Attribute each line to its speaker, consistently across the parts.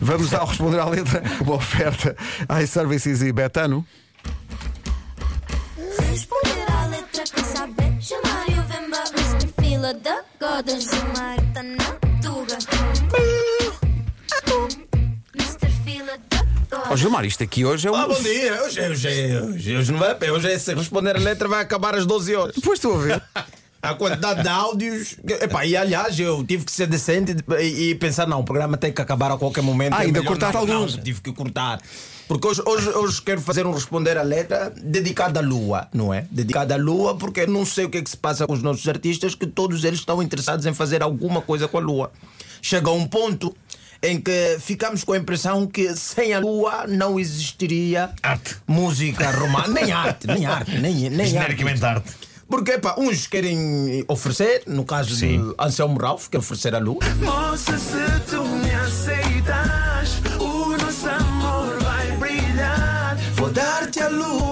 Speaker 1: Vamos ao responder à letra uma oferta iServices e Betano.
Speaker 2: Responder à letra que sabe chamar e o Vemba Whisper fila da Godas e Marta na Tuga Mr. Fila da
Speaker 3: Ó,
Speaker 2: Godas
Speaker 3: Gilmar, isto aqui hoje é um.
Speaker 4: Olá, bom dia. Hoje, é- hoje, é- hoje, hoje não vai a pé. Hoje é se responder a letra vai acabar às 12 horas.
Speaker 1: Depois estou a ver.
Speaker 4: A quantidade de áudios. Epá, e aliás, eu tive que ser decente e, e pensar, não, o programa tem que acabar a qualquer momento. é
Speaker 1: Ah, ainda
Speaker 4: melhor
Speaker 1: cortaste
Speaker 4: não, não,
Speaker 1: alguns.
Speaker 4: tive que cortar. Porque hoje, hoje, hoje quero fazer um responder à letra dedicado à lua, não é? Dedicado à lua, porque não sei o que é que se passa com os nossos artistas, que todos eles estão interessados em fazer alguma coisa com a lua. Chega a um ponto em que ficamos com a impressão que sem a lua não existiria
Speaker 5: Arte.
Speaker 4: música romântica, nem arte, nem arte, nem, nem arte.
Speaker 5: Genericamente arte.
Speaker 4: Porque epá, uns querem oferecer, no caso
Speaker 5: Sim.
Speaker 4: de Anselmo Ralph, quer oferecer a lua.
Speaker 6: Moça, se tu me aceitas, o nosso amor vai brilhar.
Speaker 4: Vou dar-te a lua.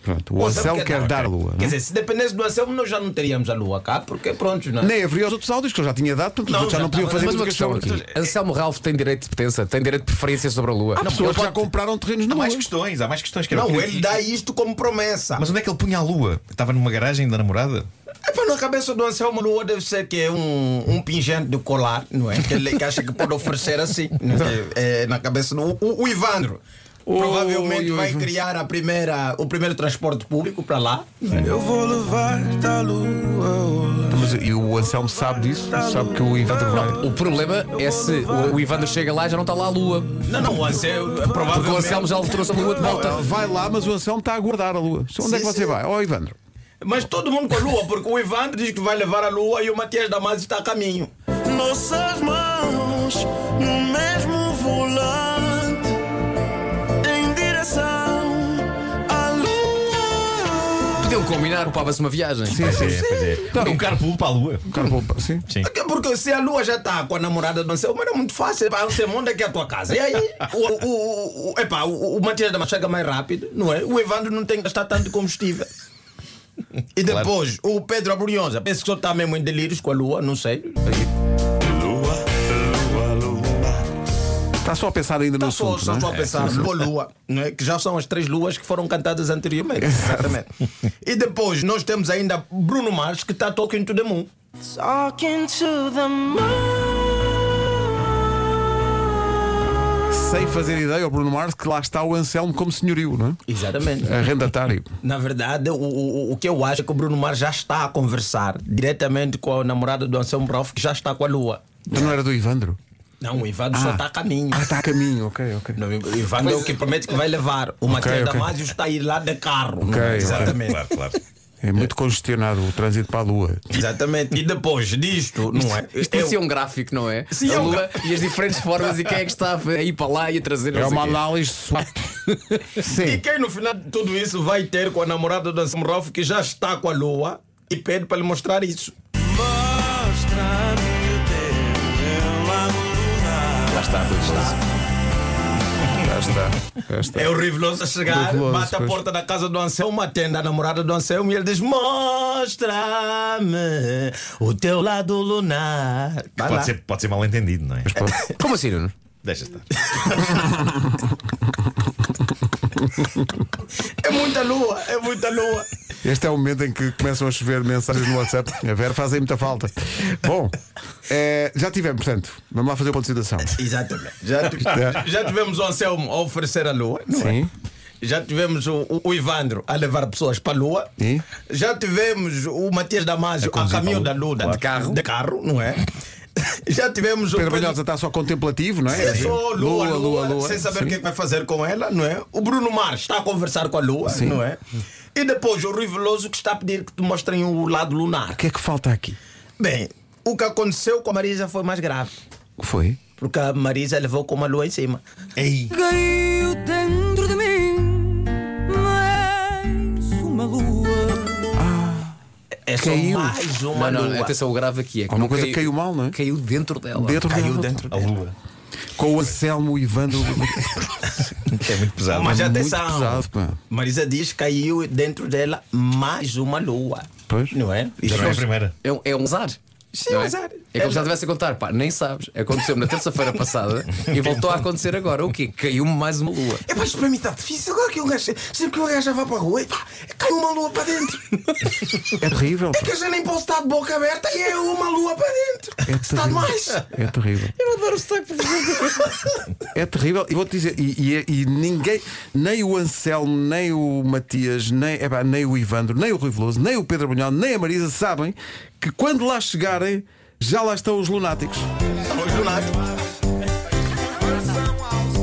Speaker 1: Pronto, o
Speaker 4: Ou sabe
Speaker 1: Anselmo
Speaker 4: o que é
Speaker 1: quer
Speaker 4: dar?
Speaker 1: dar lua. né?
Speaker 4: Quer
Speaker 1: não?
Speaker 4: dizer, se dependesse do Anselmo, nós já não teríamos a lua cá, porque pronto, não é?
Speaker 1: Nem haveria os outros áudios que eu já tinha dado, portanto os
Speaker 4: Não,
Speaker 1: outros já
Speaker 4: já
Speaker 1: não podiam
Speaker 4: estava-
Speaker 1: fazer
Speaker 4: mas
Speaker 1: muita
Speaker 4: uma
Speaker 1: questão aqui.
Speaker 3: Então, Anselmo Ralph tem direito de pertença, tem direito de preferência sobre a Lua.
Speaker 1: Há pessoas que já compraram terrenos na
Speaker 5: Há mais
Speaker 1: Lua.
Speaker 5: questões, há mais questões que era
Speaker 4: Não,
Speaker 5: o que-
Speaker 4: ele dá isto como promessa. Mas
Speaker 5: Mas onde é que ele punha a lua? Estava numa garagem da namorada?
Speaker 4: epá, na cabeça do Anselmo, a lua deve ser que é um, um pingente de colar, não é? Que ele que acha que pode oferecer assim. não é? É, na cabeça do. O, o Ivandro. Provavelmente
Speaker 1: o
Speaker 4: vai
Speaker 1: Ivandro.
Speaker 4: criar a primeira, o primeiro transporte público para lá. é?
Speaker 6: Eu vou levar-te à lua.
Speaker 1: Mas, e o Anselmo sabe disso, sabe que o Ivandro vai.
Speaker 3: O problema é se o, o Ivandro chega lá e já não está lá a Lua.
Speaker 4: Não, não, o Anselmo,
Speaker 3: Porque o
Speaker 4: provavelmente.
Speaker 3: Anselmo já lhe trouxe a Lua de volta.
Speaker 1: Ele vai lá, mas o Anselmo está a guardar a lua. Onde é que
Speaker 4: Sim,
Speaker 1: você
Speaker 4: sim.
Speaker 1: vai? Ó Ivandro.
Speaker 4: Mas todo mundo com a lua, porque o Ivandro diz que vai levar a lua e o Matias Damasio está a caminho.
Speaker 6: Nossas mãos no mesmo volante, em direção à lua.
Speaker 3: Podiam é um combinar, poupava-se uma viagem.
Speaker 1: Sim, sim.
Speaker 5: É, pois é.
Speaker 1: Claro.
Speaker 5: Um carpool para a lua.
Speaker 1: Cara, vou- sim.
Speaker 4: Até Porque se a lua já está com a namorada do Anselmo, era muito fácil. Pá, Anselmo, onde é que é a tua casa? E aí, o, o, o, o- epá, o, o Matias Damasio chega mais rápido, não é? O Evandro não tem que gastar tanto combustível. E depois, o Pedro Abrunhosa, penso que só está mesmo em delírios com a lua, não sei.
Speaker 6: Lua, lua, lua.
Speaker 1: Está só a pensar ainda no
Speaker 4: Só,
Speaker 1: assunto.
Speaker 4: só,
Speaker 1: não
Speaker 4: só a
Speaker 1: é?
Speaker 4: pensar Lua Lua, não é? que já são as três luas que foram cantadas
Speaker 1: É.
Speaker 4: anteriormente. Exatamente. e depois nós temos ainda Bruno Mars que está Talking to the Moon.
Speaker 6: Talking to the moon.
Speaker 1: Sem fazer ideia, o Bruno Mars, que lá está o Anselmo como senhorio, não
Speaker 4: Exatamente.
Speaker 1: é? Arrendatário.
Speaker 4: Na verdade, o, o, o que eu acho é que o Bruno Mars já está a conversar diretamente com a namorada do Anselmo Ralph, que já está com a lua.
Speaker 1: Então não era do Ivandro?
Speaker 4: Não, o Ivan só está a caminho.
Speaker 1: Ah, está a caminho, ok, ok.
Speaker 4: Não, O Ivan é o que promete que vai levar. O Matias
Speaker 1: ok.
Speaker 4: Damasio está a ir lá de carro. não é?
Speaker 1: Ok, ok.
Speaker 4: Exatamente.
Speaker 5: Claro, claro.
Speaker 1: É muito congestionado o trânsito para a Lua.
Speaker 4: Exatamente. E depois disto, não é?
Speaker 3: Isto
Speaker 4: Eu-
Speaker 3: é um gráfico, não é?
Speaker 4: Sim,
Speaker 3: a
Speaker 4: é um
Speaker 3: Lua e as diferentes formas e quem é que está a ir para lá e a trazer. não
Speaker 1: É
Speaker 3: sei
Speaker 1: uma
Speaker 3: quê.
Speaker 1: análise SWOT.
Speaker 4: E
Speaker 1: Sim.
Speaker 4: quem no final de tudo isso vai ter com a namorada do Anselmo Ralph que já está com a lua e pede para lhe mostrar isso.
Speaker 6: Mostra-me o teu lado lunar.
Speaker 1: Já está. Já está.
Speaker 4: É o Riveloso a chegar,
Speaker 1: Riveloso,
Speaker 4: bate a
Speaker 1: pois.
Speaker 4: porta da casa do Anselmo, atende a namorada do Anselmo e ele diz: Mostra-me o teu lado lunar. Vai Ah, lá.
Speaker 5: Pode ser, pode ser mal entendido, não é?
Speaker 3: Como assim, Nuno?
Speaker 5: Deixa estar.
Speaker 4: É muita lua, é muita lua.
Speaker 1: Este é o momento em que começam a chover mensagens no WhatsApp. A ver, fazem muita falta. Bom, eh, já tivemos, portanto, vamos lá fazer o ponto de situação.
Speaker 4: Exatamente. Já, tu-
Speaker 1: É.
Speaker 4: já tivemos o Anselmo a oferecer a lua, não é?
Speaker 1: Sim.
Speaker 4: Já tivemos o, o- o Ivandro a levar pessoas para a Lua.
Speaker 1: E? É
Speaker 4: Já tivemos o Matias Damasio a,
Speaker 5: conduzir
Speaker 4: caminho da
Speaker 5: para a
Speaker 4: Lua,
Speaker 5: Claro.
Speaker 4: de carro. De carro, não é? Já tivemos
Speaker 1: Pedro
Speaker 4: o
Speaker 1: Banhosa está só contemplativo, não é?
Speaker 4: É só lua, lua,
Speaker 1: lua, lua.
Speaker 4: sem saber
Speaker 1: Sim.
Speaker 4: o que é que vai fazer com ela, não é? O Bruno Mars está a conversar com a Lua, não é? E depois o Rui Veloso que está a pedir que te mostrem o lado lunar.
Speaker 1: O que é que falta aqui?
Speaker 4: Bem, o que aconteceu com a Marisa foi mais grave,
Speaker 1: O que foi?
Speaker 4: porque a Marisa levou com uma lua em cima.
Speaker 5: Ei!
Speaker 7: Caiu dentro de mim mais uma lua.
Speaker 4: É só
Speaker 1: Caiu.
Speaker 4: mais uma
Speaker 3: Não, não,
Speaker 4: lua.
Speaker 3: atenção, o grave aqui é que.
Speaker 1: Alguma
Speaker 3: não
Speaker 1: coisa que caiu mal, não é?
Speaker 3: Caiu dentro dela.
Speaker 1: Dentro
Speaker 4: Caiu
Speaker 1: dela.
Speaker 4: dentro
Speaker 5: A lua.
Speaker 1: Com o Anselmo e Ivandro.
Speaker 5: É muito pesado.
Speaker 4: Mas
Speaker 1: muito
Speaker 4: atenção.
Speaker 1: pesado, pá.
Speaker 4: Marisa diz que caiu dentro dela mais uma lua.
Speaker 1: Pois.
Speaker 4: Não é?
Speaker 5: Já
Speaker 4: Isso
Speaker 5: não é a
Speaker 4: é-
Speaker 5: primeira.
Speaker 3: É um, é um azar.
Speaker 4: Sim,
Speaker 3: não é?
Speaker 4: mas é-
Speaker 3: é como se já estivesse a contar, pá, nem sabes. Aconteceu-me na terça-feira passada e voltou a acontecer agora. O quê? Caiu-me mais uma lua.
Speaker 4: É pá, isto para mim está difícil. Agora que um gajo. Sempre que um gajo já vai para a rua, e pá, cai uma lua para dentro.
Speaker 1: É terrível.
Speaker 4: É que eu já nem posso estar de boca aberta e é uma lua para dentro. Está demais.
Speaker 1: É terrível. Eu adoro o sotaque É terrível. E vou-te dizer, e, e- e ninguém, nem o Anselmo, nem o Matias, nem, epá, nem o Ivandro, nem o Rui Veloso, nem o Pedro Bunhal, nem a Marisa sabem que quando lá chegarem, já lá estão os lunáticos.
Speaker 4: Os lunáticos.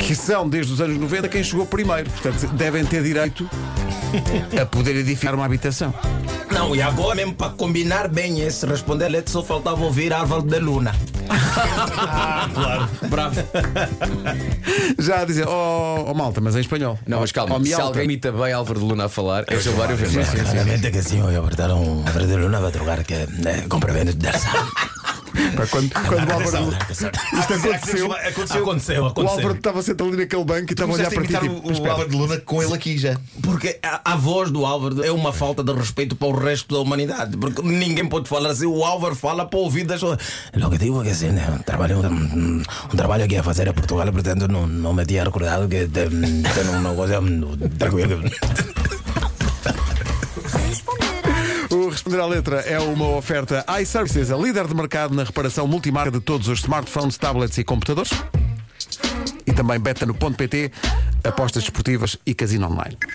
Speaker 1: Que são, desde os anos 90, quem chegou primeiro. Portanto, devem ter direito a poder edificar uma habitação.
Speaker 4: Não, e agora mesmo para combinar bem esse responder letra só faltava ouvir Álvaro da Luna.
Speaker 1: É Já a dizer, oh, oh, malta, mas em espanhol.
Speaker 3: Não, mas calma,
Speaker 1: Oh, mi
Speaker 3: se
Speaker 1: alta.
Speaker 3: alguém imita bem Álvaro de Luna a falar, é o Gilvário Vemba.
Speaker 1: assim,
Speaker 4: Claramente que sim, hoje apertaram um Álvaro da Luna vai drogar que é compra bem de dança.
Speaker 1: Pá, Quando, quando o Álvaro. Isto aconteceu.
Speaker 4: Aconteceu, aconteceu,
Speaker 1: O Álvaro estava sentado ali naquele banco e estava a olhar
Speaker 5: Começaste a
Speaker 1: para ti.
Speaker 5: imitar
Speaker 1: Tipo,
Speaker 5: o, o Álvaro de Luna com ele aqui já.
Speaker 4: Porque a, a voz do Álvaro é uma falta de respeito para o resto da humanidade. Porque ninguém pode falar assim. O Álvaro fala para ouvir das pessoas. Lo que digo é que assim, né? um trabalho, um, um trabalho que ia fazer a Portugal, portanto, não, não me tinha recordado que tem tem uma coisa hum, tranquila.
Speaker 2: Responder a
Speaker 1: O Responder à Letra é uma oferta iServices, a líder de mercado na reparação multimarca de todos os smartphones, tablets e computadores. E também beta no.pt, apostas desportivas e casino online.